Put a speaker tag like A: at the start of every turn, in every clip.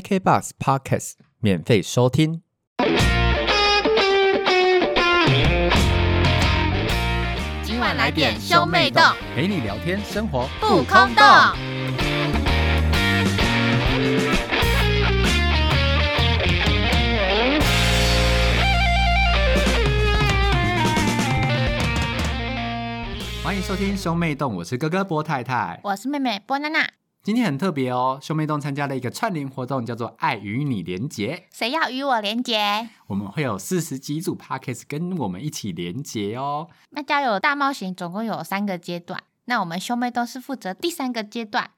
A: KKBox Podcast 免费收听。
B: 今晚来点兄妹洞，
C: 陪你聊天，生活
B: 不空洞。
A: 欢迎收听兄妹洞，我是哥哥波太太。
B: 我是妹妹波娜娜，
A: 今天很特别哦，兄妹洞参加了一个串联活动，叫做“爱与你连结
B: 谁要与我连结？”，
A: 我们会有四十几组 Podcast 跟我们一起连结哦。
B: 那交友大冒险总共有三个阶段，那我们兄妹洞是负责第三个阶段，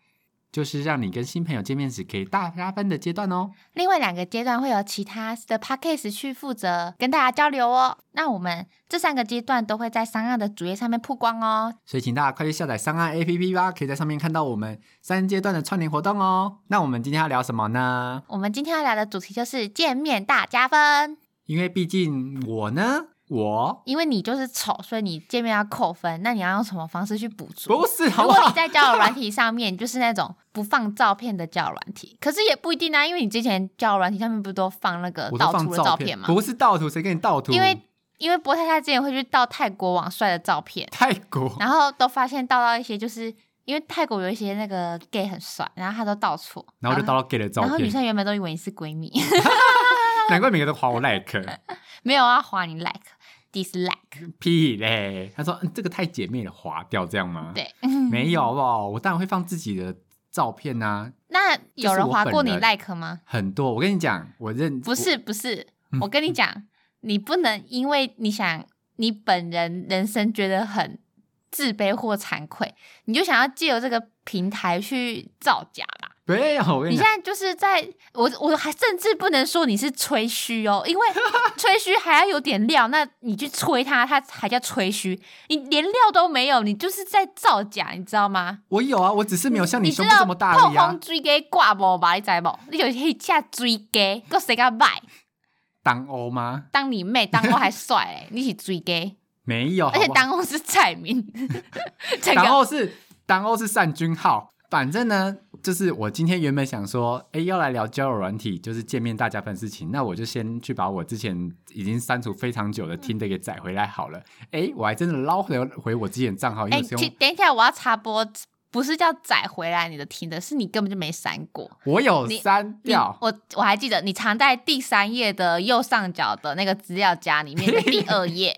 A: 就是让你跟新朋友见面时可以大加分的阶段哦。
B: 另外两个阶段会有其他的 p a c k a g e 去负责跟大家交流哦。那我们这三个阶段都会在三岸的主页上面曝光哦。
A: 所以请大家快去下载三岸 APP 吧，可以在上面看到我们三阶段的串联活动哦。那我们今天要聊什么呢？
B: 我们今天要聊的主题就是见面大加分，
A: 因为毕竟我呢，我
B: 因为你就是丑，所以你见面要扣分。那你要用什么方式去补足？
A: 不是，好
B: 如
A: 不
B: 果
A: 好
B: 你？在交友软体上面，就是那种不放照片的交友软 体，可是也不一定啊，因为你之前交友软体上面不是都放那个
A: 我都
B: 盗
A: 放
B: 图的照片吗？
A: 不是盗图，谁给你盗图？
B: 因为因为博太太之前会去盗泰国网帅的照片，
A: 泰国
B: 然后都发现盗到一些，就是因为泰国有一些那个 gay 很帅，然后他都盗错，
A: 然后就盗到 gay 的照
B: 然后女
A: 片，
B: 生原本都以为你是闺蜜，
A: 难怪每个都划我 like，
B: 没有啊，划你 like dislike，
A: 屁嘞！他说、嗯、这个太姐妹了，划掉这样吗？，
B: 对，嗯
A: 没有好不好？我当然会放自己的照片啊，
B: 那有人划过你
A: 这是我本
B: like 吗？
A: 很多。我跟你讲，我认
B: 不是不是
A: 嗯，
B: 我跟你讲，你不能因为你想你本人人生觉得很自卑或惭愧，你就想要借由这个平台去造假吧。
A: 我没有，我跟
B: 你
A: 你
B: 现
A: 讲，
B: 在就是在我我还甚至不能说你是吹嘘哦， 因为吹嘘还要有点料，那你去吹他，他还叫吹嘘，你连料都没有，你就是在造假，你知道吗？
A: 我有啊，我只是没有像
B: 你
A: 胸
B: 知
A: 部
B: 道
A: 这么大而
B: 碰
A: 已啊
B: 风。追鸡挂无吧？你知无？你就是去下追鸡，个谁敢买？
A: 当欧吗？
B: 当你妹，当我还帅 嘞、你是追 gay，
A: 没有，
B: 而且
A: 好不好
B: 当我是蔡明， 整
A: 然
B: 个
A: 后是然后是善君号。反正呢，就是我今天原本想说，哎，要来聊交友软体，就是见面大家分事情，那我就先去把我之前已经删除非常久的听的给载回来好了。哎，我还真的捞回回我之前账号，因
B: 哎，
A: 为是
B: 其
A: 用
B: 等一下我要插播，不是叫载回来你的听的，是你根本就没删过。
A: 我有
B: 你
A: 删
B: 你
A: 掉，
B: 我我还记得你藏在第三页的右上角的那个资料夹里面的第二 页，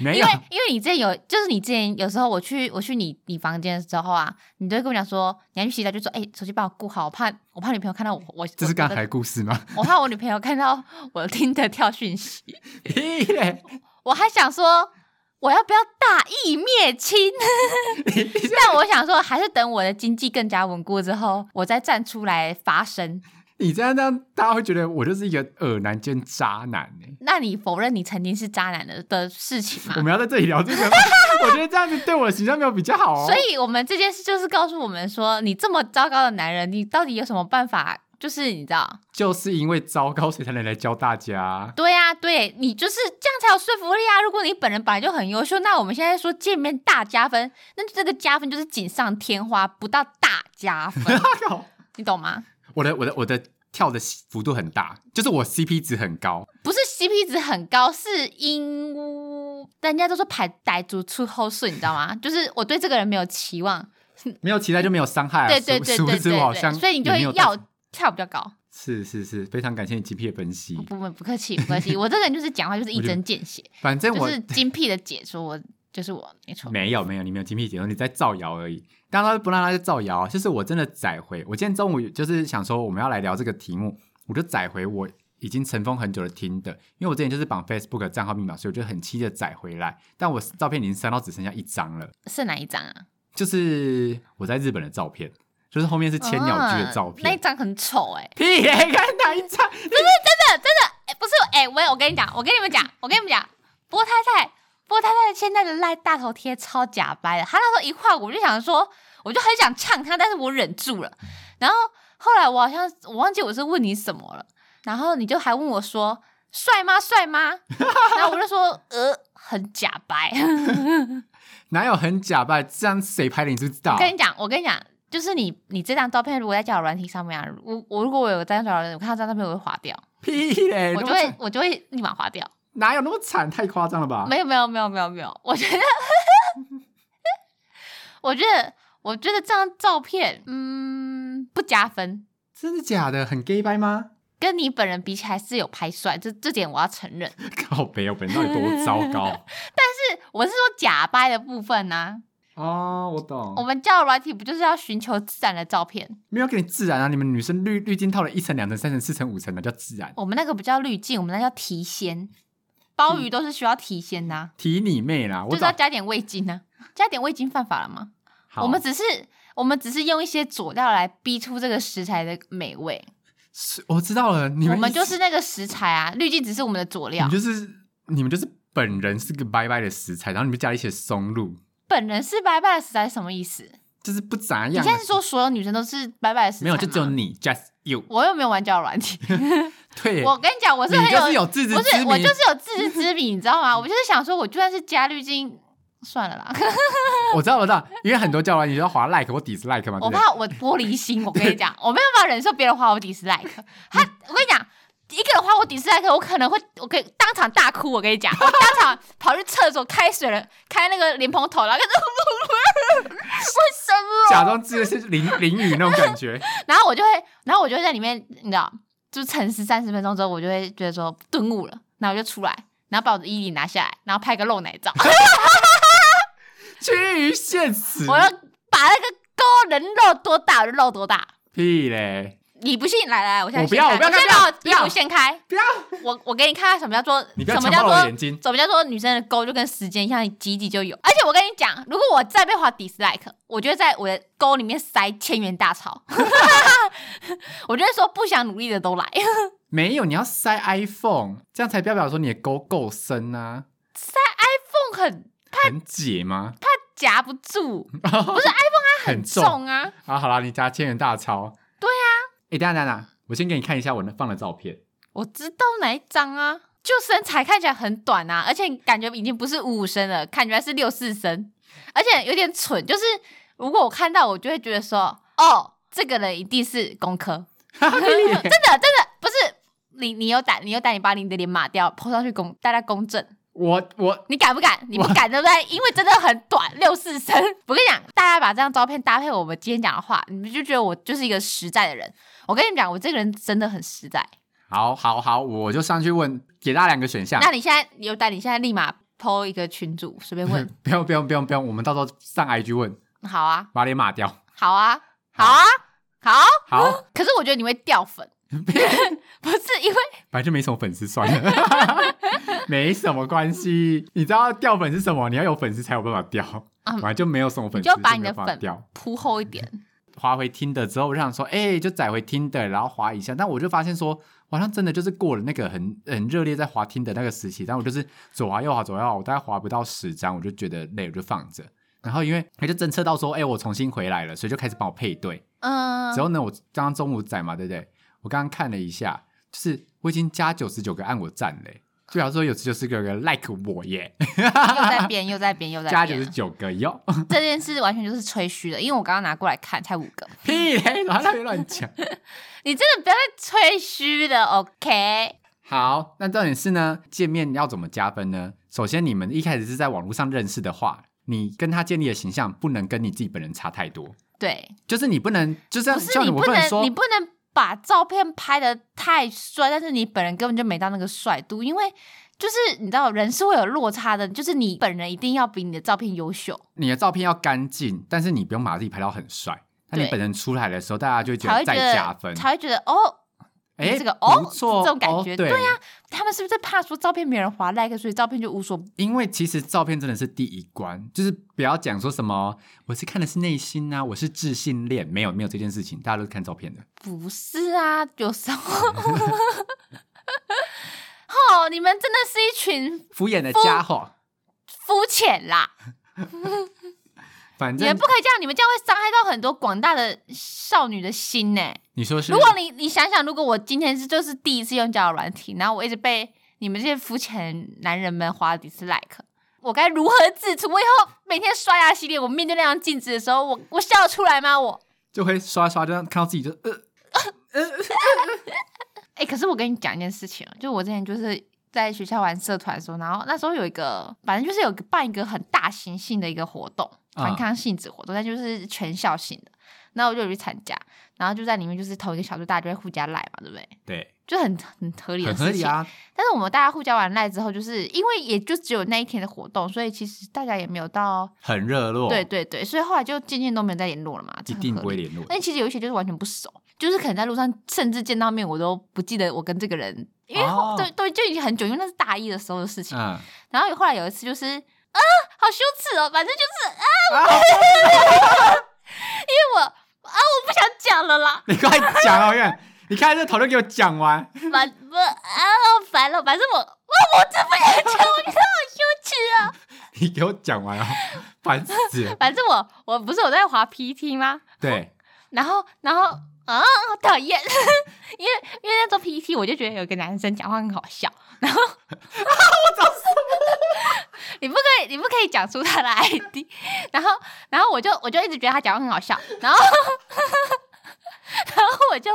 A: 没
B: 因
A: 有
B: 为因为你之前有，就是你之前有时候我去我去你你房间的时候啊，你都会跟我讲说你要去洗澡，就说哎、手机帮我顾好，我怕我怕女朋友看到我我
A: 这是
B: 我
A: 刚
B: 的
A: 才故事吗？
B: 我怕我女朋友看到我听的跳讯息。
A: 屁嘞！
B: 我还想说，我要不要大义灭亲？但我想说，还是等我的经济更加稳固之后，我再站出来发声。
A: 你这样这样，大家会觉得我就是一个恶男兼渣男哎、
B: 那你否认你曾经是渣男的的事情
A: 我
B: 吗？
A: 们要在这里聊这个吗，我觉得这样子对我的形象没有比较好哦。
B: 所以，我们这件事就是告诉我们说，你这么糟糕的男人，你到底有什么办法？就是你知道，
A: 就是因为糟糕，所以才能来教大家。
B: 对呀、对你就是这样才有说服力啊！如果你本人本来就很优秀，那我们现在说见面大加分，那这个加分就是锦上添花，不到大 加分，
A: 靠
B: 你懂吗？
A: 我的我的我的跳的幅度很大，就是我 CP 值很高。
B: 不是 CP 值很高，是因为人家都说排傣族出后顺，你知道吗？ 就是我对这个人没有期望，
A: 没有期待就没有伤害、啊，
B: 对对对
A: 殊殊
B: 对
A: 不知我
B: 对
A: 好
B: 对，
A: 像
B: 所以你就
A: 也
B: 会
A: 没有
B: 要
A: 到
B: 跳比较高。
A: 是是是，非常感谢你精辟的分析。
B: 不不不客气不 客气，我这个人就是讲话就是一针见血，
A: 反正
B: 就
A: 我、
B: 是精辟的解说，我就是我没错。
A: 没有没有，你没有精辟解说，你在造谣而已。刚刚不让他去造谣，就是我真的载回。我今天中午就是想说我们要来聊这个题目，我就载回我已经尘封很久的听的，因为我之前就是绑 Facebook 的账号密码，所以我就很期的载回来。但我照片已经删到只剩下一张了。
B: 是哪一张啊？
A: 就是我在日本的照片，就是后面是千鸟居的照
B: 嗯那一
A: 片。
B: 张很丑哎、
A: 屁嘞！看哪一张？
B: 哎、不是哎、我我跟你讲，我跟你们讲，我跟你们讲，波太太，波太太现在的赖大头贴超假掰的。她那时候一画，我就想说，我就很想呛她，但是我忍住了。然后后来我好像我忘记我是问你什么了，然后你就还问我说帅吗帅吗？然后我就说呃很假掰。
A: 哪有很假吧？这样谁拍的你知不知道
B: 我？跟你讲，我跟你讲，就是你你这张照片如果在交友软体上面啊，我我如果我有这张交友软体，我看到这张照片我会划掉，
A: 屁嘞，
B: 我
A: 那么
B: 就会
A: 惨
B: 我就会立马划掉。
A: 哪有那么惨？太夸张了吧？
B: 没有没有没有没有没有，我觉 得我觉得我觉得这张照片嗯不加分，
A: 真的假的？很 gay 掰吗？
B: 跟你本人比起来是有拍帅，这这点我要承认。
A: 靠北哦，本到底多糟 糕
B: 是我是说假掰的部分呐、
A: 哦！我懂，
B: 我们交友软体不就是要寻求自然的照片？
A: 没有给你自然啊！你们女生滤滤镜套了一层、两层、三层、四层、五层的叫自然，
B: 我们那个不叫滤镜，我们那叫提鲜。鲍鱼都是需要提鲜呐、
A: 提你妹啦！嗯我
B: 就是要
A: 早
B: 加点味精呐、加点味精犯法了吗？
A: 好
B: 我们只是我们只是用一些佐料来逼出这个食材的美味，
A: 是我知道了，你
B: 我
A: 们
B: 们
A: 一
B: 就是那个食材啊，滤镜只是我们的佐
A: 你
B: 料
A: 们。就是你们就是本人是个拜拜的食材，然后你们加了一些松露，
B: 本人是白白的食材是什么意思？
A: 就是不咋
B: 你
A: 样的。
B: 现在是说所有女生都是白白的食材
A: 没有，就只有
B: 吗
A: 你，just you。
B: 我又没有玩交友软体，
A: 对，
B: 我跟你讲，我是
A: 你
B: 很
A: 就是有自知
B: 不
A: 之
B: 是，我
A: 明
B: 就。是 有自知之明，你知道吗？我就是想说，我就算是加滤镜，算了啦，
A: 我知道，我知道，因为很多教官你就要划 like 或 dislike 嘛，对 不
B: 我
A: 对？
B: 怕我玻璃心。我跟你讲，我没有办法忍受别人花我 dislike。他，我跟你讲，一个人花我 dislike，我可能会，我可以当场大哭。我跟你讲，我当 场跑去厕所开水了，开那个莲蓬头，然 后开始为什么？
A: 假装自己是淋淋雨那种感 觉，
B: 然后我就会，然后我就会在里面，你知道，就沉思三十分钟之后，我就会觉得说顿悟了，然后我就出来，然后把我的衣领拿下来，然后拍个露奶 照。
A: 趋于现实。
B: 我要把那个沟能露多大我就露多大。
A: 屁嘞！
B: 你不信，来来，我现在
A: 我不要
B: 掀开
A: 我不要不要
B: 我现在把我衣服掀开，
A: 不要，
B: 我我给你看看什么叫做
A: 你不要
B: 什么
A: 强
B: 叫
A: 暴
B: 做
A: 我的眼睛。
B: 什么叫做女生的沟就跟时间一样，你挤一挤就有。而且我跟你讲，如果我再被划 dislike，我就会在我的沟里面塞千元大钞。 我就会说不想努力的都来，
A: 没有，你要塞 iPhone，这样才代表说你的沟够深啊，
B: 缝很
A: 很解吗？
B: 夹不住，
A: 不是 iPhone 它很
B: 重啊。
A: 啊。好啦，你加千元大钞。对啊，哎、等一下等一下等一下，我先给你看一下我那放的照片。
B: 我知道哪一张啊，就身材看起来很短啊，而且感觉已经不是五五身了，感觉是六四身，而且有点蠢。就是如果我看到，我就会觉得说，哦，这个人一定是工科，
A: 哈哈
B: 真的
A: 屁
B: 真
A: 嘞
B: 的不是你，你有胆，你有胆，你把你的脸码掉，抛上去公大家公证，
A: 我我
B: 你敢不敢？你不敢对不对？因为真的很短，六四身。我跟你讲，大家把这张照片搭配我们今天讲的话，你们就觉得我就是一个实在的人。我跟你们讲，我这个人真的很实在。
A: 好好好，我就上去问，给大家两个选项
B: 那。你现在有带？你现在立马 PO 一个群主，随便问。
A: 不用不用不用不用，我们到时候上 IG 问，
B: 好啊，
A: 把脸抹掉。
B: 好啊，好啊，好啊。
A: 好，
B: 可是我觉得你会掉 粉，不是因为
A: 反正没什么粉丝算了， 没什么关系。你知道掉粉是什么？你要有粉丝才有办法掉，
B: 啊
A: 反正就没有什么粉丝，
B: 你就把你
A: 没有
B: 的
A: 办法
B: 粉
A: 掉。
B: 铺厚一点。
A: 滑哎回听的之后，我就想说，哎、就载回听的，然后滑一下。但我就发现说，我好像真的就是过了那个很很热烈在滑听的那个时期，但我就是左滑右滑左右滑，我大概滑不到十张，我就觉得累，我就放着。然后因为他就侦测到说，哎、我重新回来了，所以就开始帮我配对。
B: 嗯
A: 之，后呢，我刚刚中午载嘛，对不对？我刚刚看了一下，就是我已经加九十九个按我赞嘞、就表示说有九十九个 like 我耶，
B: 又在编，又在编，又在
A: 加九十
B: 编。
A: 九个哟，
B: 这件事完全就是吹嘘的，因为我刚刚拿过来看，才五个。
A: 屁哎嘞，然后他别乱讲。
B: 你真的不要再吹嘘了，OK？
A: 好，那重点是呢，见面要怎么加分呢？首先，你们一开始是在网络上认识的话，你跟他建立的形象不能跟你自己本人差太多，
B: 对，
A: 就是你不能，就是
B: 不是
A: 像
B: 你
A: 我
B: 不
A: 能
B: 能，
A: 说
B: 你不能把照片拍的太帅，但是你本人根本就没到那个帅度，因为就是你知道人是会有落差的，就是你本人一定要比你的照片优秀，
A: 你的照片要干净，但是你不用把自己拍到很帅。那你
B: 对
A: 本人出来的时候，大家就会觉
B: 才会觉
A: 再
B: 得
A: 加分。
B: 才会觉得哦，
A: 哎、
B: 这个哦
A: 不错，
B: 这种感觉
A: 哦、
B: 对啊呀他们是不是怕说照片没人划 like，所以照片就无所
A: 因为其实照片真的是第一关，就是不要讲说什么我是看的是内心啊，我是自信恋，没有没有这件事情，大家都是看照片的。
B: 不是啊？有 时候，哦，你们真的是一群
A: 敷衍的家伙，
B: 肤浅啦。
A: 反
B: 你们
A: 正
B: 不可以这样，你们这样会伤害到很多广大的少女的心呢、
A: 你说是
B: 如果你你想想，如果我今天是就是第一次用交友软体，然后我一直被你们这些肤浅男人们划 dislike，我该如何自处？我以后每天刷牙洗脸，我面对那张镜子的时候，我我笑得出来吗？我
A: 就会刷一刷，就让看到自己就呃，
B: 哎、可是我跟你讲一件事情啊，就我之前就是在学校玩社团的时候，然后那时候有一个，反正就是有个办一个很大型性的一个活动，
A: 啊
B: 团康性质活动，但就是全校性的。然后我就有去参加，然后就在里面就是同一个小组，大家就会互加赖嘛，对不对？
A: 对，
B: 就很很合理的
A: 很
B: 事情。
A: 合理啊，
B: 但是我们大家互加完赖之后，就是因为也就只有那一天的活动，所以其实大家也没有到，
A: 很热络，
B: 对，对对，所以后来就渐渐都没有再联络了嘛，
A: 一
B: 这很哎
A: 定
B: 合
A: 不会
B: 理。
A: 联络。
B: 但其实有一些就是完全不熟，就是可能在路上甚至见到面我都不记得我跟这个人，因为
A: 哦
B: 后、对对就已经很久，因为那是大一的时候的事情。
A: 嗯，
B: 然后后来有一次就是啊，好羞耻哦，反正就是啊，
A: 啊
B: 因为我啊我不想讲了啦，
A: 你快讲啊！我跟你讲你看这头都给我讲完，
B: 反不啊好烦了，反正我我我真不想讲，我觉得好羞耻啊。
A: 你给我讲完啊， 烦死了。
B: 反正我我不是我在滑 PT 吗？
A: 对，
B: 然后然后啊，好讨厌， 因为因为那时候 PT 我就觉得有个男生讲话很好笑，然后 你不可以你不可以讲出他的 ID，然 后然后我就我就一直觉得他讲话很好笑，然后 然后我就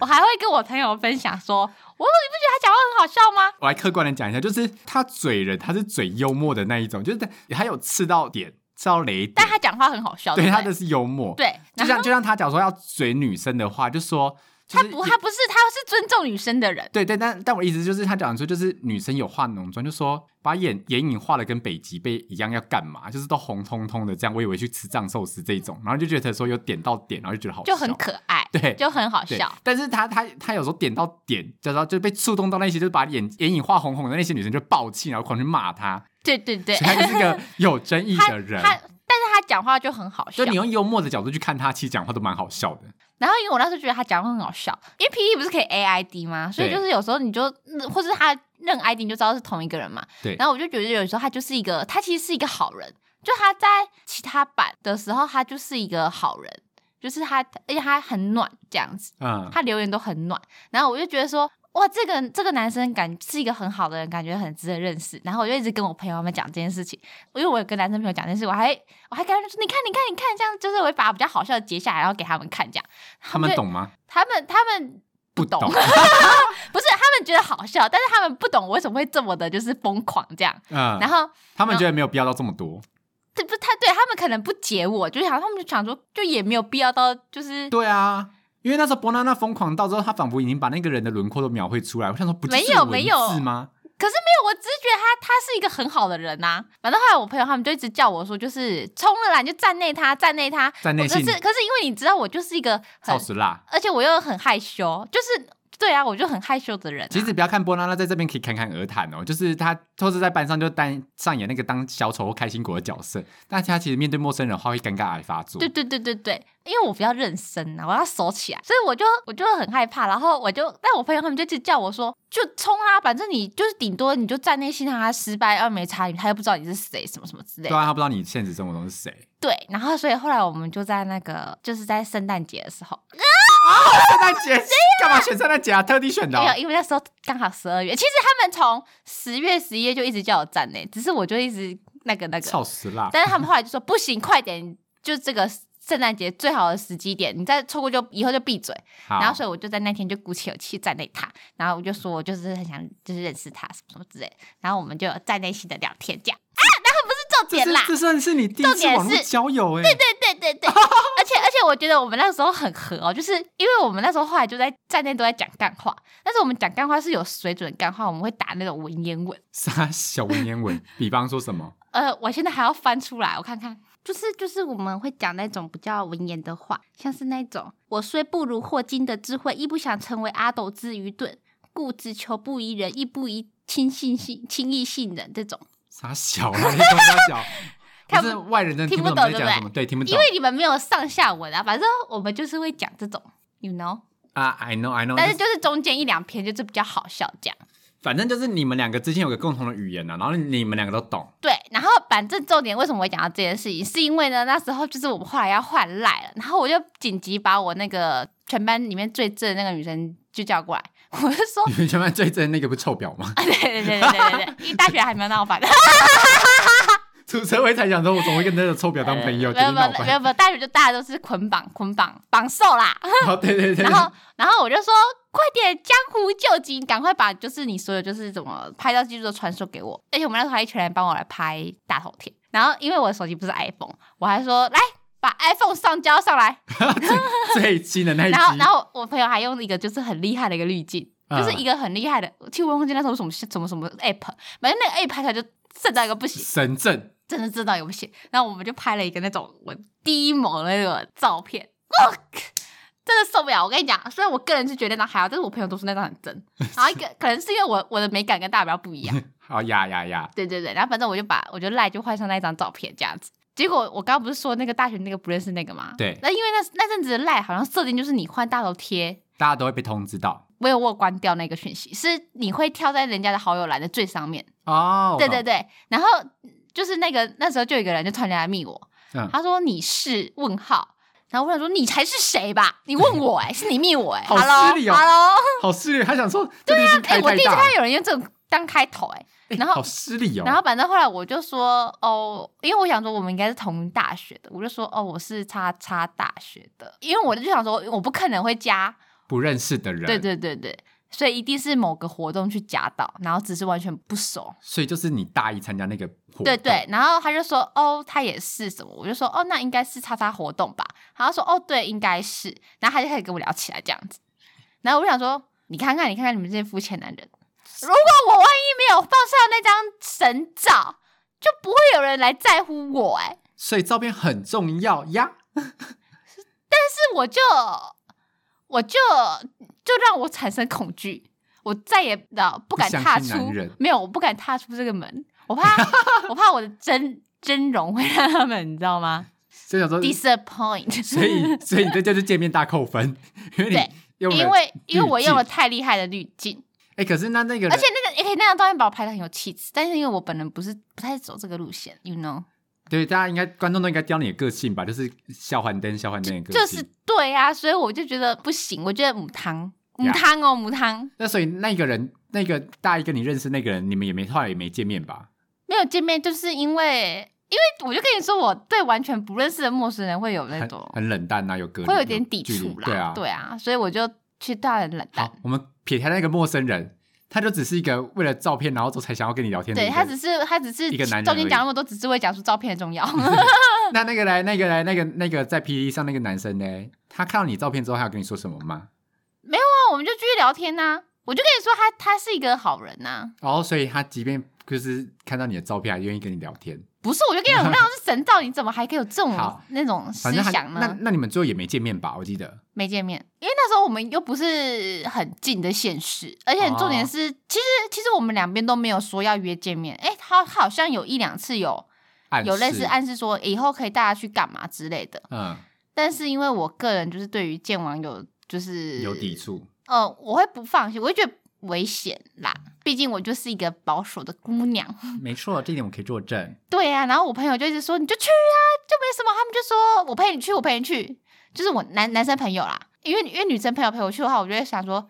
B: 我还会跟我朋友分享说，我说你不觉得他讲话很好笑吗？
A: 我来客观的讲一下，就是他嘴人，他是嘴幽默的那一种，就是他有刺到点，刺到雷点
B: 但，他讲话很好笑，
A: 对，
B: 不
A: 他的是幽默。
B: 对，
A: 就
B: 然
A: 像
B: 后
A: 就像他讲说要嘴女生的话，就说就
B: 他
A: 是
B: 不他不是他是尊重女生的人。
A: 对对，但但我的意思就是他讲说就是女生有化浓妆，就说把眼眼影画的跟北极贝一样，要干嘛？就是都红彤彤的这样，我以为去吃藏寿司这一种，然后就觉得说有点到点，然后就觉得好
B: 就很
A: 笑
B: 可爱，
A: 对
B: 就很好
A: 对
B: 笑。，
A: 但是他他他有时候点到点，然后就被触动到那些，就是把眼眼影画红红的那些女生就暴气，然后狂去骂他，
B: 对 对对，
A: 所以他就是 个有争议
B: 他
A: 的人
B: 他，。但是他讲话就很好笑
A: 就。你用幽默的角度去看他，其实讲话都蛮好笑的。
B: 然后因为我那时候觉得他讲话很好笑，因为 P E 不是可以 A I D 吗？所以
A: 对
B: 就是有时候你就嗯或是他认 I D 你就知道是同一个人嘛。
A: 对
B: 然后我就觉得有时候他就是一个，他其实是一个好人。就他在其他版的时候，他就是一个好人，就是他，而且他很暖这样子。
A: 嗯，
B: 他留言都很暖，然后我就觉得说，哇，这个这个男生感是一个很好的人，感觉很值得认识。然后我就一直跟我朋友们讲这件事情，因为我有跟男生朋友讲这件事，我还我还跟他们说，你看你看你看，这样就是我会把比较好笑的截下来，然后给他们看，这样
A: 他们
B: 就
A: 懂吗？
B: 他们他们
A: 不懂。
B: 不是他们觉得好笑，但是他们不懂我为什么会这么的就是疯狂这样。
A: 嗯，
B: 然后
A: 他们觉得没有必要到这么多。
B: 这不他对他们可能不解我，就是好像他们就想说，就也没有必要到就是
A: 对啊，因为那时候伯娜娜疯狂到之后，他仿佛已经把那个人的轮廓都描绘出来。我想说，不就是
B: 没有
A: 文
B: 没有
A: 字吗？
B: 可是没有，我只是觉得他他是一个很好的人呐、反正后来我朋友他们就一直叫我说，就是冲了啦，你就站内他，站内他。
A: 站内
B: 我可是
A: 信
B: 可是因为你知道我就是一个很
A: 超，时辣。
B: 而且我又很害羞，就是对啊，我就很害羞的人啊、
A: 其实不要看波娜娜在这边可以侃侃而谈哦，就是她或是在班上就担上演那个当小丑或开心果的角色，但她其实面对陌生人的话会尴尬癌发作。
B: 对对对对对，因为我比较认真啊，我要熟起来，所以我就我就很害怕，然后我就，但我朋友他们就一直叫我说，就冲啊，反正你就是顶多你就站内信让他失败，要没差，他又不知道你是谁，什么什么之类的。
A: 对啊，她不知道你现实生活中是 谁。
B: 对，然后所以后来我们就在那个就是在圣诞节的时候，
A: 圣诞节干嘛选圣诞节啊？特地选的哦、
B: 没有，因为那时候刚好十二月。其实他们从十月、十一月就一直叫我站内，只是我就一直那个那个。
A: 超时辣。
B: 但是他们后来就说不行，快点，就这个圣诞节最好的时机点，你再错过就以后就闭嘴。
A: 好，
B: 然后所以我就在那天就鼓起勇气站内他，然后我就说我就是很想就是认识他什么什么之类的，然后我们就站在一起的聊天这样啊，然后不是重
A: 这
B: 点
A: 是
B: 啦，
A: 这算是你第一
B: 重
A: 次
B: 点
A: 网络
B: 是
A: 交友哎、
B: 对对 对，而且而且我觉得我们那时候很合哦，就是因为我们那时候后来就在站内都在讲干话，但是我们讲干话是有水准的干话，我们会打那种文言文。
A: 啥小文言 文？比方说什么？
B: 呃，我现在还要翻出来，我看看。就是就是我们会讲那种比较文言的话，像是那种“我虽不如霍金的智慧，亦不想成为阿斗之愚钝，故只求不疑人，亦不宜轻信信轻易信人”这种。
A: 啥小啦？你懂啥 小？
B: 看
A: 不
B: 不
A: 是外人真的
B: 听
A: 听不
B: 不
A: 懂你
B: 懂
A: 在讲
B: 对不对
A: 什么，对，听不懂
B: 因。为你们没有上下文啊，反正我们就是会讲这种，you know。
A: 啊，I know, I know，
B: 但是
A: 就
B: 就是中间一两篇就是比较好笑这样。
A: 反正就是你们两个之间有个共同的语言呐、啊，然后你们两个都 懂。
B: 对，然后反正重点为什么我会讲到这件事情，是因为呢那时候就是我们后来要换赖了，然后我就紧急把我那个全班里面最正的那个女生就叫过来，我就说，
A: 你们全班最真那个不是臭婊吗？
B: 对对对对对对，因为大学还没有闹翻，
A: 出社会才想说，我怎么会跟那个臭婊当朋友？
B: 没有没有
A: 就是闹翻
B: 没有没有，大学就大家都是捆绑捆绑绑瘦啦，
A: 哦，对对对，
B: 然后然后我就说快点江湖救急，你赶快把就是你所有就是怎么拍照记录都传授给我，而且我们那时候还一群人帮我来拍大头贴，然后因为我的手机不是 iPhone，我还说来把 iPhone 上交上来，
A: 最 近的那一
B: 然后，
A: 集，
B: 然后我朋友还用一个就是很厉害的一个滤镜，
A: 啊
B: 就是一个很厉害的，其实我忘记那时候什么什么什么 app，反正那个 app 拍出来就震到一个不行，
A: 神正
B: 真的震到一个不行。然后我们就拍了一个那种我低模的那个照片，我真的受不了。我跟你讲，虽然我个人是觉得那张还好，但是我朋友都说那张很真。然后一个可能是因为我我的美感跟大表不一样，
A: 好哦呀呀呀，
B: 对对对。然后反正我就把我就赖就换上那一张照片这样子。结果我刚刚不是说那个大学那个不认识那个吗？
A: 对
B: 那因为那那阵子的赖好像设定就是你换大头贴，
A: 大家都会被通知到
B: 我有我有关掉那个讯息，是你会跳在人家的好友栏的最上面，
A: 哦。
B: 对对对，然后就是那个那时候就有一个人就突然来密我，
A: 嗯
B: 他说你是问号，然后我想说你才是谁吧？你问我哎、是你密我 哎、
A: 好
B: h e l l o
A: 失礼哦
B: hello，
A: 好失礼，他想说这里已经
B: 哎、
A: 开
B: 我
A: 太
B: 第一次
A: 大
B: 看
A: 了
B: 到，有人用这种当开头哎、
A: 哎
B: 然后
A: 好失礼哦，
B: 然后反正后来我就说哦，因为我想说我们应该是同大学的，我就说哦我是叉叉大学的，因为我就想说我不可能会加
A: 不认识的人，
B: 对，对对对，所以一定是某个活动去夹到，然后只是完全不熟。
A: 所以就是你大一参加那个活动，
B: 对对，然后他就说哦，他也是什么，我就说哦，那应该是叉叉活动吧。然后他说哦，对，应该是。然后他就开始跟我聊起来这样子。然后我就想说，你看看，你看看你们这些肤浅男人，如果我万一没有放上那张神照，就不会有人来在乎我哎、
A: 所以照片很重要呀。
B: 是我就我就就让我产生恐惧，我再也啊不敢踏
A: 不
B: 出
A: 相信男人，
B: 没有，我不敢踏出这个门，我怕我怕我的真真容会让他们，你知道吗
A: 就想说，
B: ？disappoint，
A: 所以所以你这就是见面大扣分， 因为
B: 对
A: 你用了
B: 因为因为我
A: 滤
B: 用了
A: 镜，
B: 太厉害的滤镜，
A: 哎，可是那那个人，
B: 而且那个而且那张照片把我拍的很有气质，但是因为我本人不是不太走这个路线，you know，
A: 对大家应该观众都应该教你的个性吧，就是小环灯小环灯的个性，
B: 就是对啊，所以我就觉得不行，我觉得母汤母
A: 呀
B: 汤哦母汤
A: 那所以那个人，那个大一跟你认识那个人，你们也没后来也没见面吧？
B: 没有见面，就是因为因为我就跟你说，我对完全不认识的陌生人会有那
A: 很
B: 种
A: 很冷淡啊，有隔离，
B: 会有点抵
A: 距离
B: 触啦，
A: 对啊，。
B: 所以我就去对他很冷淡
A: 好。，我们撇开那个陌生人，他就只是一个为了照片，然后才想要跟你聊天的一
B: 对
A: 个人。
B: 他只是他只是
A: 一个男人
B: 中间讲那么多，只是为讲出照片的重要。
A: 那那个来，那个来，那个那个在 P D 上那个男生呢？他看到你照片之后，他有跟你说什么吗？
B: 那我们就继续聊天呐、我就跟你说他，他是一个好人呐、
A: 然后，所以他即便就是看到你的照片，还愿意跟你聊天。
B: 不是，我就跟你讲，我那种是神照，你怎么还可以有这种
A: 好
B: 那种思
A: 反正他
B: 想
A: 那
B: 呢？
A: 那你们最后也没见面吧？我记得
B: 没见面，因为那时候我们又不是很近的县市，而且重
A: 哦
B: 点是，其实其实我们两边都没有说要约见面。哎、他他好像有一两次有
A: 暗
B: 有类似
A: 示，
B: 暗示说以后可以大家去干嘛之类的，
A: 嗯，
B: 但是因为我个人就是对于见网友就是
A: 有抵，触。
B: 呃，我会不放心，我会觉得危险啦，毕竟我就是一个保守的姑娘。
A: 没错，这一点我可以作证。
B: 对呀、然后我朋友就一直说你就去啊，就没什么。他们就说我陪你去，我陪你去，就是我男男生朋友啦，因为因为女生朋友陪我去的话，我就会想说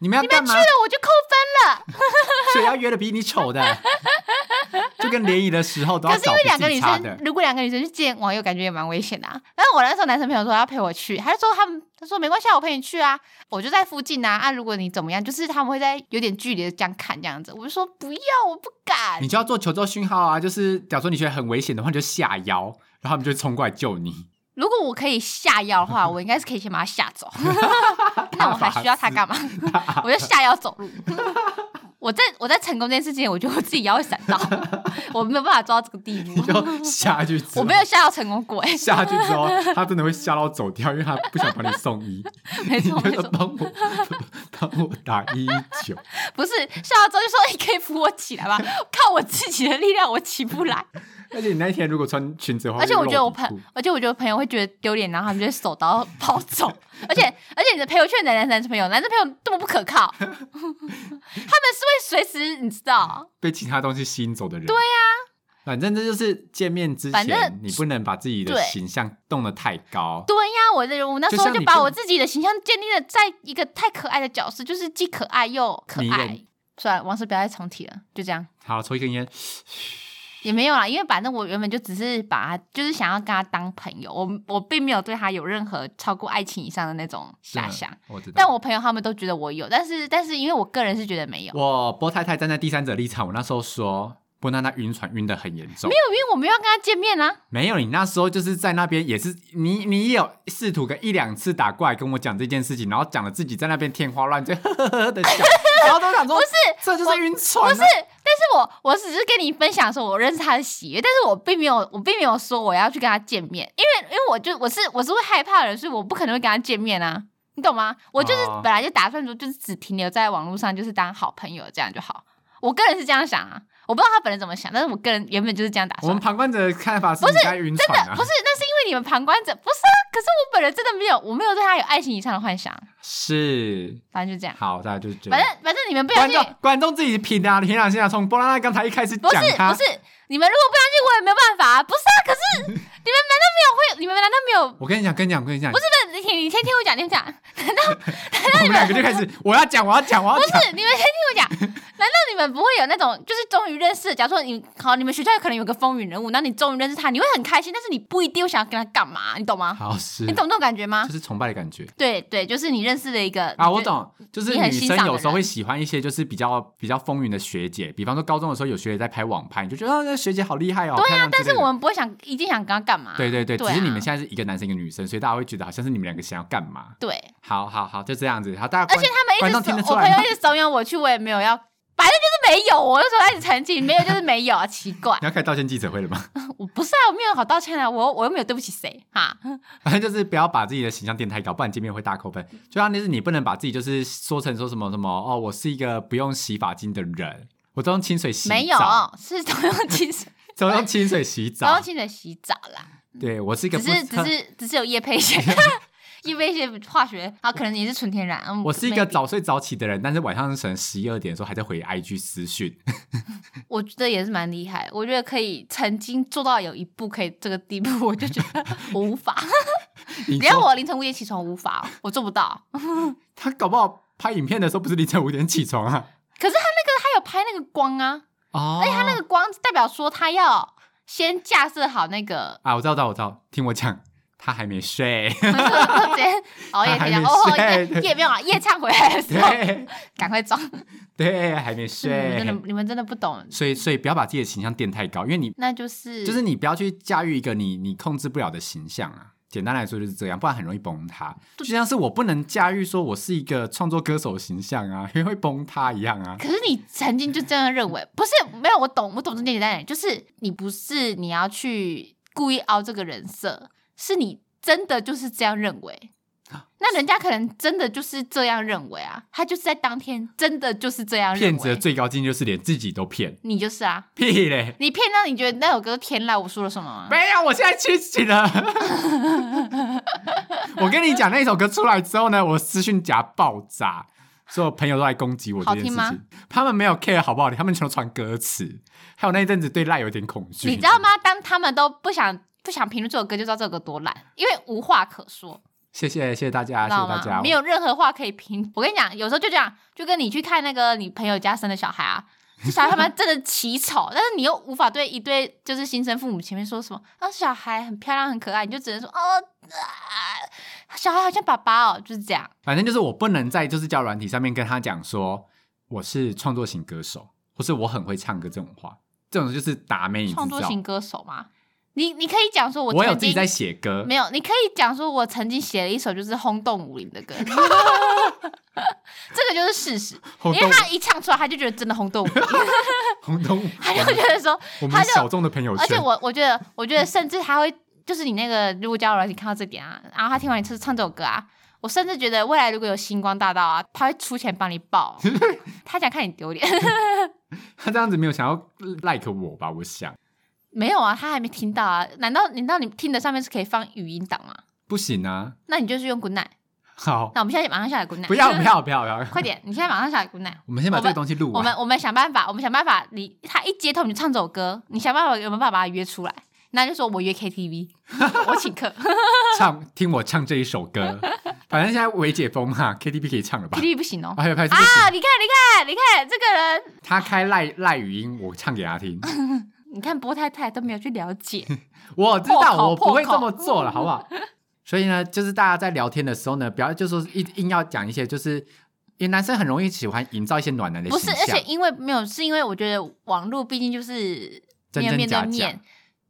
A: 你们要
B: 你们
A: 干
B: 去
A: 嘛？
B: 了我就扣分了。
A: 所以要约的比你丑 的，就跟联谊的时候都要
B: 可是
A: 找
B: 因为两
A: 比
B: 个
A: 自
B: 女
A: 己差的
B: 生，。如果两个女生去见网友，感觉也蛮危险的、啊。但是我那时候男生朋友说要陪我去，他就说他们他说没关系，啊，我陪你去啊，我就在附近啊。啊，如果你怎么样，就是他们会在有点距离的这样看这样子。我就说不要，我不敢
A: 你。就要做求救讯号啊，就是假如说你觉得很危险的话，你就下腰，然后他们就会冲过来救 你。
B: 如果我可以下药的 话，我应该是可以先把他吓走。 那我还需要他干嘛？我就下药走路。我在我在成功这件事情，我觉得我自己也要闪到， 我没有办法做到这个地步
A: 你。就下去之后，
B: 我没有吓到成功过、欸，
A: 下去之后，他真的会吓到走掉，因为他不想把你送医。
B: 没
A: 你
B: 错
A: 就
B: 没
A: 说
B: 错，
A: 帮我 帮我打一一九，
B: 不是吓到之后就说你可以扶我起来吧，靠我自己的力量我起不 来。
A: 而且你那一天如果穿裙子的话，
B: 而且我觉得我
A: 会露底
B: 朋
A: 裤，
B: 而且我觉得朋友会觉得丢脸，然后他们就会手刀跑 走。而且而且你的朋友圈的男男生朋友，男生朋友这么不可靠， 他们是会随时你知道，
A: 被其他东西吸引走的人。对呀、反正这就是见面之
B: 啊反
A: 前
B: 正，
A: 你不能把自己的
B: 对
A: 形象弄得太高。
B: 对呀，我的我那时
A: 就
B: 候
A: 像
B: 就
A: 你
B: 把
A: 不
B: 我自己的形象建立了在一个太可爱的角色，就是既可爱又可
A: 迷
B: 爱
A: 人。
B: 算了，王师不要再重提了，就这样。
A: 好，抽一根烟。
B: 也没有啦，因为反正我原本就只是把他，就是想要跟他当朋友，我我并没有对他有任何超过爱情以上的那种遐想。
A: 嗯我知道。
B: 但我朋友他们都觉得我有，但是但是因为我个人是觉得没有，
A: 我波太太站在第三者立场，我那时候说波娜娜晕船晕的很严重
B: 没。有，因为我没有要跟他见面啊。
A: 没有，你那时候就是在那边也是你你也有试图个一两次打过来跟我讲这件事情，然后讲了自己在那边天花乱坠 呵呵呵的笑，然后都想说
B: 不是，
A: 这就是晕船、啊，
B: 不是，但是我我只是跟你分享说我认识他的喜悦，但是我并没有我并没有说我要去跟他见面，因为因为我就我是我是会害怕的人，所以我不可能会跟他见面啊，你懂吗？我就是
A: 哦
B: 本来就打算说，就是只停留在网络上，就是当好朋友这样就好。我个人是这样想啊，我不知道他本人怎么想，但是我个人原本就是这样打
A: 我
B: 算
A: 们。旁观者的看法是
B: 不是
A: 你该晕
B: 真的
A: 船啊
B: 不，是，那是因为你们旁观者不是啊。可是我本人真的没有，我没有对他有爱情以上的幻想，
A: 是
B: 反正就这样。
A: 好，大家就是这样
B: 反。正反正你们不相
A: 观
B: 信，
A: 众观众自己品啊，平常现在从波拉娜刚才一开始
B: 不是
A: 讲啊他，
B: 不是，你们如果不相信我也没有办法、啊。不是啊，可是你们难道没有会？你们难道没有？
A: 我跟你讲，跟你讲，跟你讲，不是，
B: 不是，你听你先听我讲，听我讲。难道
A: 我们两个就开始，我要讲，我要讲，我要
B: 不
A: 讲，
B: 是？你们先听我 讲。难道你们不会有那种，就是终于认识了？假如说你好，你们学校可能有个风云人物，然后你终于认识他，你会很开心，但是你不一定会想要跟他干嘛，你懂吗？
A: 好是，
B: 你懂那种感觉吗
A: 就？是崇拜的感觉
B: 对对，就是你认识了一个
A: 啊，
B: 你
A: 我
B: 觉得
A: 懂，就是
B: 你很
A: 女
B: 欣
A: 生
B: 赏
A: 有
B: 的
A: 时候
B: 人
A: 会喜欢一些就是比较比较风云的学姐，比方说高中的时候有学姐在拍网拍，你就觉得啊，那学姐好厉害哦，对啊，
B: 但是我们不会想一定想跟他干嘛。
A: 对对对，
B: 对啊
A: 只是你们现在是一个男生一个女生，所以大家会觉得好像是你们两个想要干嘛？
B: 对，
A: 好好好，就这样子，好，大家
B: 而
A: 观
B: 且他们
A: 观
B: 一
A: 众
B: 直
A: 听得
B: 怂
A: 出
B: 我
A: 来
B: 朋
A: 吗
B: 友？一直怂恿我去，我也没有要，反正就是没有。我就说他一直沉浸，没有就是没有啊，奇 怪
A: 你，要开道歉记者会了吗？
B: 我不是啊，我没有好道歉啊，我我又没有对不起谁哈。
A: 反正就是不要把自己的形象垫太高，不然见面会大扣分。就像就是你不能把自己就是说成说什么什么哦，我是一个不用洗发精的人，我都用清水洗澡，
B: 没有，是都用清水，
A: 都用清水洗
B: 都用
A: 澡。
B: 清水洗澡啦，
A: 对我是一个
B: 只
A: 不
B: 是只是只是有叶配一些 叶配一些化学啊，可能也是纯天然。嗯
A: 我是一个
B: maybe
A: 早睡早起的人，但是晚上可能十一二点的时候还在回 IG 私 讯，
B: 我觉得也是蛮厉害，我觉得可以曾经做到有一步可以这个地步，我就觉得我无法，
A: 你
B: 只要
A: 说
B: 我凌晨五点起床无法，我做不到。
A: 他搞不好拍影片的时候不是凌晨五点起床 啊？
B: 可是他那个他有拍那个光啊，
A: 哦，
B: 而且他那个光代表说他要先架设好 那个，
A: 啊，我知道，我知道，我知道，听我讲，他还没 睡，
B: 直接熬夜
A: 还
B: 这
A: 没
B: 样，哦
A: 睡
B: 夜夜没有啊，夜唱回来的时候
A: 对
B: 赶快装。
A: 对，还没
B: 你们嗯真
A: 睡，
B: 的你们真的不懂，
A: 所以所以不要把自己的形象垫太高，因为你
B: 那就是
A: 就是你不要去驾驭一个你你控制不了的形象啊。简单来说就是这样，不然很容易崩塌。就像是我不能驾驭说我是一个创作歌手的形象啊，因为会崩塌一样啊。
B: 可是你曾经就这样认为，不是没有我懂，我懂这点简单点，就是你不是你要去故意凹这个人设，是你真的就是这样认为。
A: 啊
B: 那人家可能真的就是这样认为啊，他就是在当天真的就是这样认
A: 骗子的
B: 为。
A: 最高境界就是连自己都骗，
B: 你就是啊，
A: 屁嘞！
B: 你骗到你觉得那首歌是天籁，我说了什么吗？
A: 没有，我现在清醒了。 我跟你讲，那一首歌出来之后呢，我私讯夹爆炸，所有朋友都来攻击我这件事
B: 好听
A: 情。他们没有 care 好不好听，他们全都传歌词。还有那一阵子对赖有点恐惧，
B: 你知道？吗？当他们都不想不想评论这首歌，就知道这首歌多烂，因为无话可说，
A: 谢谢谢谢大家，
B: 知
A: 谢谢
B: 道
A: 大
B: 吗？
A: 家。
B: 没有任何话可以评。我跟你讲，有时候就这样，就跟你去看那个你朋友家生的小孩啊，这小孩他们真的奇丑，但是你又无法对一对就是新生父母前面说什么啊，小孩很漂亮很可爱，你就只能说哦、啊，小孩好像爸爸哦，就是这样。
A: 反正就是我不能在就是交友软体上面跟他讲说我是创作型歌手，或是我很会唱歌这种话，这种嗯就是打妹，你知
B: 创作
A: 道？
B: 型歌手嘛，你你可以讲说我
A: 我有
B: 曾
A: 自己
B: 经
A: 在写 歌，
B: 没有，你可以讲说，我曾经写了一首就是轰动武林的 歌，这个就是事实，
A: 轰
B: 因
A: 动
B: 为他一唱出来，他就觉得真的轰动 武林，
A: 轰动我
B: 他就
A: 们
B: 觉得说，
A: 我
B: 他
A: 们
B: 就
A: 小众的朋友
B: 而且
A: 圈。
B: 我我觉得，我觉得甚至他会，就是你那个如果交友软体看到这点啊，然后他听完你唱唱这首歌啊，我甚至觉得未来如果有星光大道啊，他会出钱帮你 报，他想看你丢脸，
A: 他这样子没有想要呃 like 我吧？我想
B: 没有啊，他还没听到啊，难道难道你听的上面是可以放语音档吗？
A: 不行啊。
B: 那你就是用 Good night，
A: 好，
B: 那我们现在马上下载 Good night，
A: 不要不，要不要不要，
B: 快点，你现在马上下载 Good night。
A: 我们先把这个东西录
B: 我们
A: 完。
B: 我们想办法，我们想办法，你他一接头你就唱这首歌，你想办法有没有办法把他约出来？那就说我约 KTV，我 请客
A: 唱，听我唱这一首 歌。反正现在微解封哈，KTV 可以唱了吧？
B: ，KTV 不行哦。
A: 哎呀，拍这个，
B: 啊，你看你看你看这个人，
A: 他开赖赖语音，我唱给他听。
B: 你看波太太都没有去了解，
A: 我知
B: 破
A: 道
B: 口
A: 我不会
B: 破口
A: 这么做了，好不好？所以呢，就是大家在聊天的时候呢，不要就说硬硬要讲一些，就是因为男生很容易喜欢营造一些暖男的
B: 不
A: 形
B: 是，
A: 象，
B: 而且因为没有，是因为我觉得网络毕竟就是
A: 真
B: 没有
A: 真
B: 面对
A: 假假
B: 面，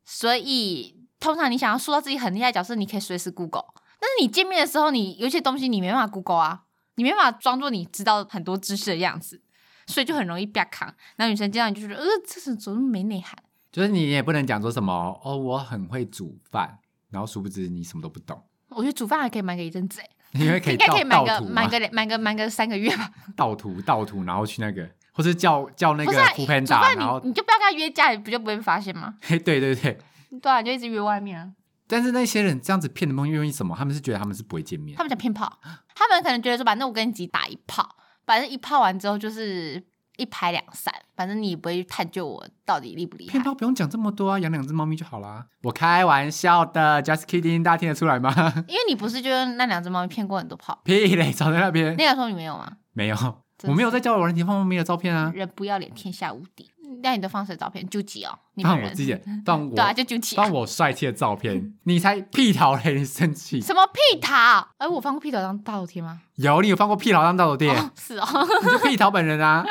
B: 所以通常你想要塑造自己很厉害的角色，你可以随时 Google，但是你见面的时候，你有一些东西你没办法 Google 啊，你没办法装作你知道很多知识的样子，所以就很容易被扛。然后女生见到你就觉得，呃，这是怎么那么没内涵？
A: 就是你也不能讲说什么哦，我很会煮饭，然后殊不知你什么都不懂，
B: 我觉得煮饭还可以瞒个一阵子、欸，
A: 因为可以
B: 应该
A: 盗
B: 可以瞒
A: 盗
B: 个
A: 图啊
B: 瞒
A: 嘛，
B: 个瞒个瞒个三个月吧。
A: 盗图盗图，然后去那个，或是叫叫那
B: 不
A: 个
B: 是啊，
A: 副
B: 煮
A: panda，、
B: 饭
A: 然后
B: 你你就不要跟他约家里，不就不会被发现吗？
A: 嘿，对对对。
B: 对啊，你就一直约外面啊。
A: 但是那些人这样子骗的梦，因为什么？他们是觉得他们是不会见面
B: 他，们想骗炮，他们可能觉得说，反正我跟你自己打一炮，反正一炮完之后就是一拍两散，反正你也不会去探究我到底厉不厉害
A: 骗。炮不用讲这么多啊，养两只猫咪就好啦。我开玩笑的，just kidding，大家听得出来吗？
B: 因为你不是就是那两只猫咪骗过很多炮，
A: 屁嘞，早在那边
B: 那个时候你没有吗？
A: 没有，
B: 真
A: 我没有在交友软件放猫咪的照片啊，
B: 人不要脸，天下无敌。那你都放谁的照片？救急哦，你
A: 放
B: 本
A: 我
B: 人
A: 自己的，放我
B: 对啊，就救急、啊
A: 放。我帅气的照 片，你才屁桃嘞，你生气？
B: 什么屁桃？哎、我放过屁桃当大头贴吗？
A: 有，你有放过屁桃当大头贴？
B: 哦，是哦，
A: 你就屁桃本人啊！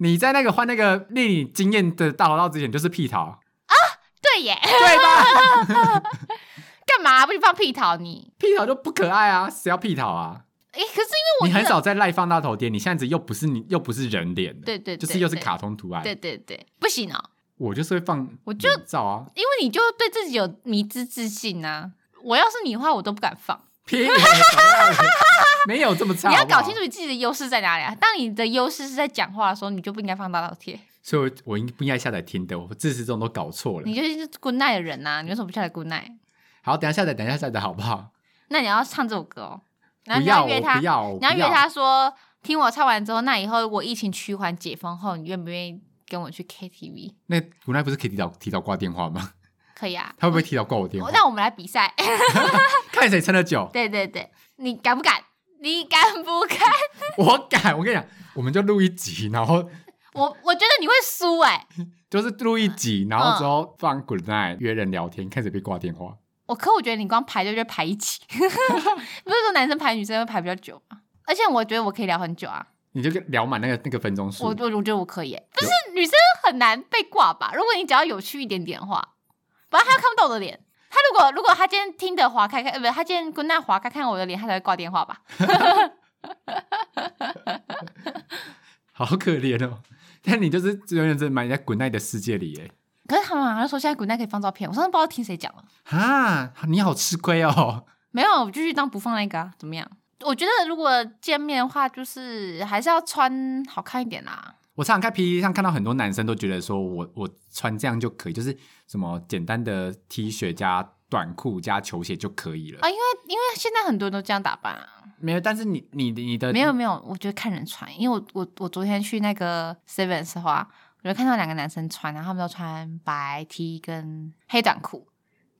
A: 你在那个换那个令你惊艳的大头照之前，你就是屁桃，
B: 对耶，
A: 对吧？
B: 干嘛不去放屁桃你？
A: 屁桃就不可爱啊，谁要屁桃啊？
B: 哎、可是因为我
A: 你很
B: 真的，
A: 少在赖放大头贴，你现在又不是你又不是人脸，，
B: 对对对，
A: 就是又是
B: 对，
A: 卡通图案，
B: 对对对，不行哦。
A: 我就是会放，
B: 我就
A: 照啊，
B: 因为你就对自己有迷之自信呐、我要是你的话，我都不敢放。
A: 屁嘞，少 在那边没有这么差，
B: 你要
A: 好不好
B: 搞清楚。你自己的优势在哪里啊！当你的优势是在讲话的时候，你就不应该放大头贴，
A: 所以我我应不应该下载听的？我自始这种都搞错了
B: 你。就是滚奈的人呐、啊你为什么不下来滚奈？
A: 好，等一下下载，等一下下载，好不好？
B: 那你要唱这首歌哦，然
A: 不
B: 后
A: 要，
B: 你要约
A: 我
B: 他，
A: 不要，我
B: 你要
A: 不
B: 约他说，听我唱完之后，那以后我疫情趋缓解封后，你愿不愿意跟我去 KTV？
A: 那古奈不是可以提早提早挂电话吗？
B: 可以啊，
A: 他会不会提早挂我电话
B: 我？那我们来比赛，
A: 看谁撑得久。
B: 对对对，你敢不敢？你敢不敢？
A: 我敢，我跟你讲，我们就录一集，然后
B: 我我觉得你会输哎、
A: 就是录一集，然后之后放 Good Night 约人聊天，看谁被挂电话。
B: 我可我觉得你光排队就排一起， 不是说男生排女生会排比较久吗？而且我觉得我可以聊很久啊，
A: 你就聊满那个那个分钟数
B: 我。我我觉得我可以耶、欸不是女生很难被挂吧？如果你只要有趣一点点的话，反正他看不到我的脸。他如果如果他今天听的划开看，呃，不是他今天滚蛋划开看我的脸，他才会挂电话吧？
A: 好可怜哦。 但你就是永远是埋在 Good Night 的世界里耶。
B: 可是他们好像说现在滚蛋可以放照片，我上次不知道听谁讲了，
A: 啊，你好吃亏哦。
B: 没有，我继续当不放那个、啊，怎么样？我觉得如果见面的话，就是还是要穿好看一点啦、
A: 我常常看 PPT 上看到很多男生都觉得说我我穿这样就可以，就是什么简单的 T 恤加短裤加球鞋就可以了。
B: 啊，因为因为现在很多人都这样打扮啊。
A: 没有，但是你你的你的
B: 没有没有，我觉得看人穿，因为我我我昨天去那个 Seven 的话，我就看到两个男生穿，然后他们都穿白 T 跟黑短裤，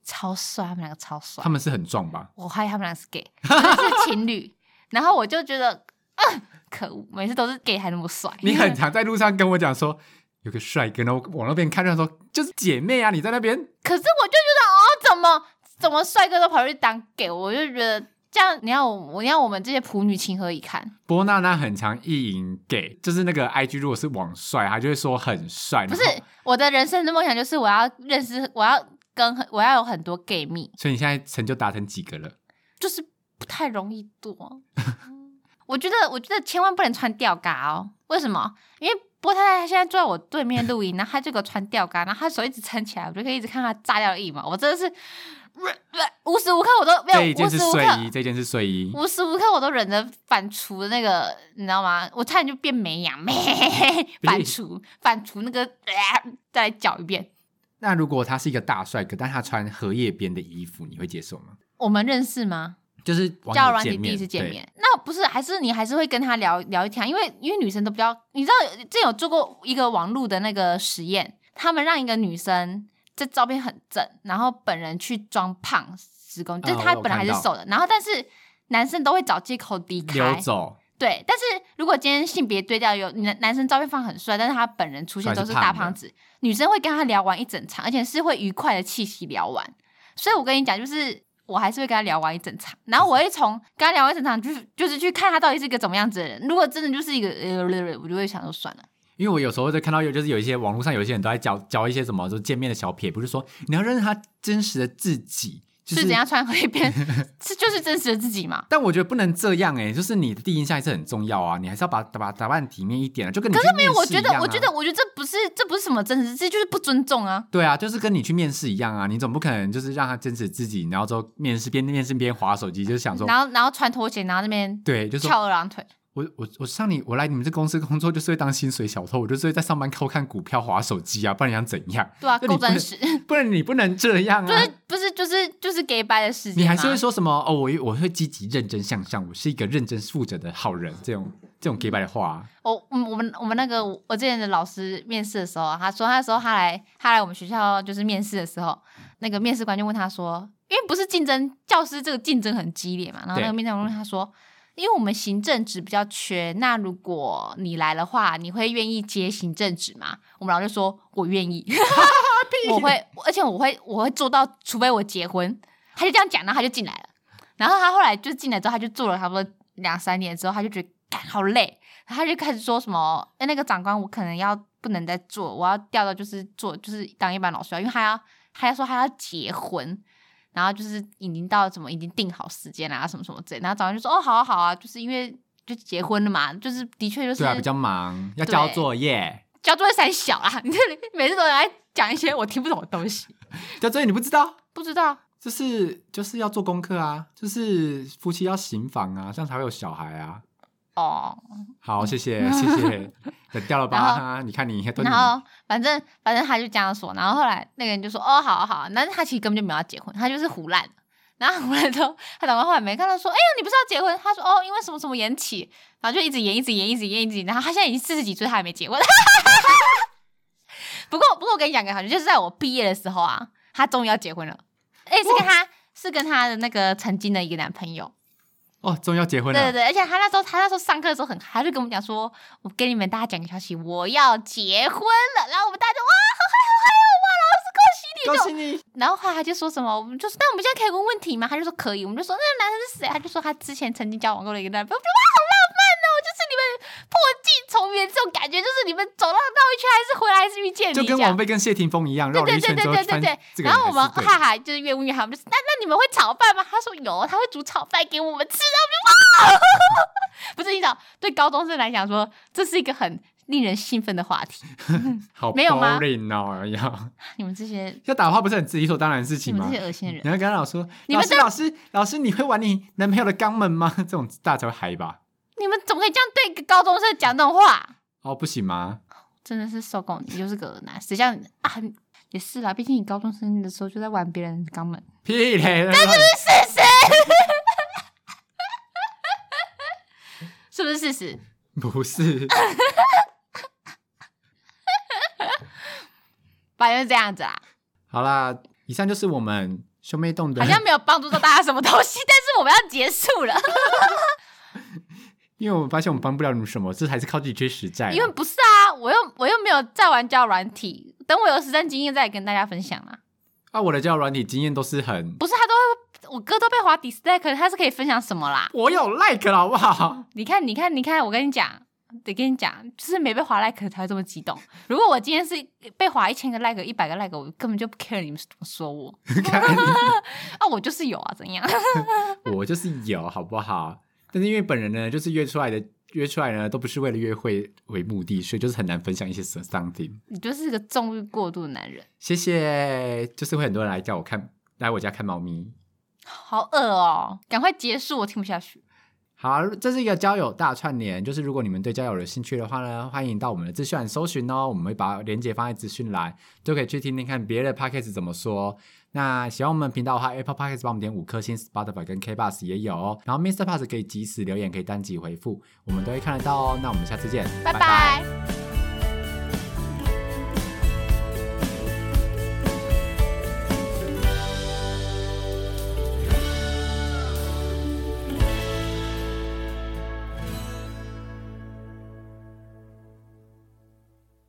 B: 超帅，他们两个超帅
A: 他，们是很壮吧？
B: 我怀疑他们两个是 gay，就是 情侣，然后我就觉得，嗯，可恶，每次都是 gay 还那么帅，
A: 你很常在路上跟我讲说有个帅哥，然后我往那边看，就想说就是姐妹啊，你在那边
B: 可是我就觉得，哦，怎么怎么帅哥都跑去当 gay，我就觉得这样，你要我我要我们这些普女情何以堪？
A: 波娜娜很常意淫 gay，就是那个 IG 如果是网帅，他就会说很帅，
B: 不是
A: 然后
B: 我的人生的梦想，就是我要认识，我要跟很我要有很多 gay 蜜，
A: 所以你现在成就达成几个了？
B: 就是不太容易多。嗯 我觉得，我觉得千万不能穿吊嘎哦。为什么？因为波太太她现在坐在我对面录音，然后她就给我穿吊嘎，然后她手一直撑起来，我就可以一直看她炸掉的一毛。我真的是呃无时无刻我都没
A: 这一
B: 有，
A: 件
B: 无
A: 是
B: 时无
A: 睡
B: 刻
A: 衣，这一件是睡衣。
B: 无时无刻我都忍着反刍的那个，你知道吗？我差点就变美羊， 反刍反刍那个，呃再来搅一遍。
A: 那如果他是一个大帅哥，但他穿荷叶边的衣服，你会接受吗？
B: 我们认识吗？
A: 就是网
B: 交友
A: 友
B: 软体
A: 见
B: 第
A: 面，
B: 一次见
A: 对，
B: 面，那不是还是你还是会跟他聊聊一天啊，因为因为女生都比较，你知道之前有做过一个网络的那个实验，他们让一个女生这照片很正，然后本人去装胖十公斤，
A: 啊
B: 就是她
A: 我有
B: 本来还是
A: 看到
B: 瘦的，然后但是男生都会找借口离开
A: 溜，走，
B: 对，但是如果今天性别对调，有男男生照片放很帅，但是他本人出现都是大胖子，女生会跟他聊完一整场，而且是会愉快的气息聊完。所以我跟你讲，就是我还是会跟他聊完一整场，然后我会从跟他聊完一整场，就是就是去看他到底是一个怎么样子的人。如果真的就是一个，呃，我就会想说算了。、
A: 因为我有时候在看到有，就是有一些网络上有一些人都在教教一些什么，就是见面的小撇步，就是说你要认识他真实的自己，就是是
B: 怎样穿黑边，是就是真实的自己嘛？
A: 但我觉得不能这样哎、就是你的第一印象还是很重要啊，你还是要把打把打扮体面一点啊，就跟你可是没
B: 因为我觉得，
A: 啊
B: 我觉得，我觉得这不是这不是什么真实，这就是不尊重啊。
A: 对啊，就是跟你去面试一样啊，你总不可能就是让他坚持自己，然后之后面试边面试边划手机，就是想说
B: 然后然后穿拖鞋，然后那边
A: 对，就说
B: 翘二郎腿。
A: 我我我上你我来你们这公司工作就是会当薪水小偷，我就是会在上班偷看股票划手机啊，不然你想怎样？
B: 对啊，
A: 那你
B: 够
A: 不能
B: 真实，
A: 不然你不能这样
B: 就
A: 啊！
B: 是不是就是就是给白的时间，
A: 你还是会，说什么哦？我我会积极、认真向上，我是一个认真负责的好人，这种这种给白的话啊、
B: 我嗯我们我们那个我之前的老师面试的时候啊，他说那时候他来他来我们学校就是面试的时候，那个面试官就问他说，因为不是竞争教师这个竞争很激烈嘛，然后那个
A: 对
B: 面试官问他说。因为我们行政职比较缺，那如果你来的话，你会愿意接行政职吗？我们老师就说：“我愿意。” 我会，而且我会，我会做到，除非我结婚。他就这样讲，然后他就进来了。然后他后来就进来之后，他就做了差不多两三年之后，他就觉得干好累，然后他就开始说什么：“哎，那个长官，我可能要不能再做，我要调到就是做就是当一般老师啊，因为他要他要说他要结婚。”然后就是已经到什么已经定好时间啦、啊什么什么之类的。然后长官就说：“哦，好啊，好啊，就是因为就结婚了嘛，就是的确就是
A: 对啊，比较忙，要交作业，
B: 交作业三小啦， 你这里每次都来讲一些我听不懂的东西，
A: 交作业你不知道，
B: 不知道。
A: 就是就是要做功课啊，就是夫妻要行房啊，这样才会有小孩啊。
B: 哦，
A: 好，谢谢谢谢，等掉了吧？
B: 然后
A: 哈你看你都你
B: 然后反正反正他就这样说，然后后来那个人就说哦，好啊好啊，但是他其实根本就没有要结婚，他就是胡乱。然后胡乱之后，他长官后来没看到说，哎呀，你不是要结婚？他说哦，因为什么什么延期，然后就一直延，一直延，一直延，一直延。然后他现在已经四十几岁，他还没结 婚。不过不过我跟你讲个好消息，就是在我毕业的时候啊，他终于要结婚了。哎，是跟他是跟他的那个曾经的一个男朋友。
A: 哦，终于要结婚了，
B: 对对对，而且他那时候他那时候上课的时候很嗨，他就跟我们讲说，我跟你们大家讲个消息，我要结婚了。然后我们大家就哇，好嗨好嗨哦，哇，老师恭喜你！
A: 恭
B: 就
A: 喜你！
B: 然后后来他就说什么，我们就说那我们现在可以问问题吗？他就说可以，我们就说那个男生是谁？他就说他之前曾经交往过的一个男朋友，我就哇，好浪漫哦，就是你们破镜重圆这种感觉，就是你们走到绕一圈还是回来还是遇见你，
A: 就跟
B: 这样
A: 王菲跟谢霆锋一样，绕了
B: 对
A: 一
B: 对
A: 圈
B: 对
A: 之后
B: 对对
A: 翻
B: 对
A: 这
B: 对，
A: 个
B: 然
A: 人
B: 后我们
A: 还是对
B: 哈哈就是越问越好，我们就说那那你们会炒饭吗？他说有，啊他会煮炒饭给我们吃， 然后我们就哇，不是你知道，对高中生来讲说这是一个很令人兴奋的话题，
A: 好
B: 没有吗
A: boring 哦，要
B: 你们这些
A: 要打的话不是很自己所当然的事
B: 你
A: 情
B: 们
A: 吗嗯
B: 这些？恶心的人，
A: 你要跟他老师说，
B: 你
A: 老
B: 们
A: 师老师老师，你会玩你男朋友的肛门吗？ 这种大家才会嗨吧？
B: 你们怎么可以这样对一个高中生讲这种话？
A: 哦，不行吗？
B: 真的是受够你，就是个恶男，谁叫你啊？也是啦，毕竟你高中生的时候就在玩别人的肛门，
A: 屁嘞！但是
B: 事实， 是不是事实？
A: 不是？
B: 反正就是这样子啦。啊
A: 好啦，以上就是我们兄妹洞的
B: 好，像没有帮助到大家什么东西，但是我们要结束 了，
A: 因为我们发现我们帮不了你们什么，这还是靠自己去实战啊。
B: 因为不是啊，我又我又没有在玩交友软体，等我有实战经验再跟大家分享啦。
A: 啊，我的交友软体经验都是很，
B: 不是他都会，我哥都被划 dislike，他是可以分享什么啦？
A: 我有 like 了好不 好？
B: 你看，你看，你看，我跟你讲，得跟你讲，就是没被划 like 才会这么激动。如果我今天是被划一千个 like、一百个 like，我根本就不 care 你们是怎么说我
A: 看
B: 啊，我就是有啊，怎样？
A: 我就是有好不好？但是因为本人呢，就是约出来的约出来呢，都不是为了约会为目的，所以就是很难分享一些 something。
B: 你就是个纵欲过度的男人，
A: 谢谢，就是会很多人来叫我看，来我家看猫咪。
B: 好恶哦！赶快结束，我听不下去。
A: 好，这是一个交友大串联，就是如果你们对交友有兴趣的话呢，欢迎到我们的资讯栏搜寻哦，我们会把链接放在资讯栏，就可以去听听看别的 podcast 怎么说。那喜欢我们频道的话，Apple Podcast 帮我们点五颗星，Spotify 跟 K Bus 也有哦，然后 Mr. Pass 可以及时留言，可以单击回复，我们都会看得到哦。那我们下次见，
B: 拜拜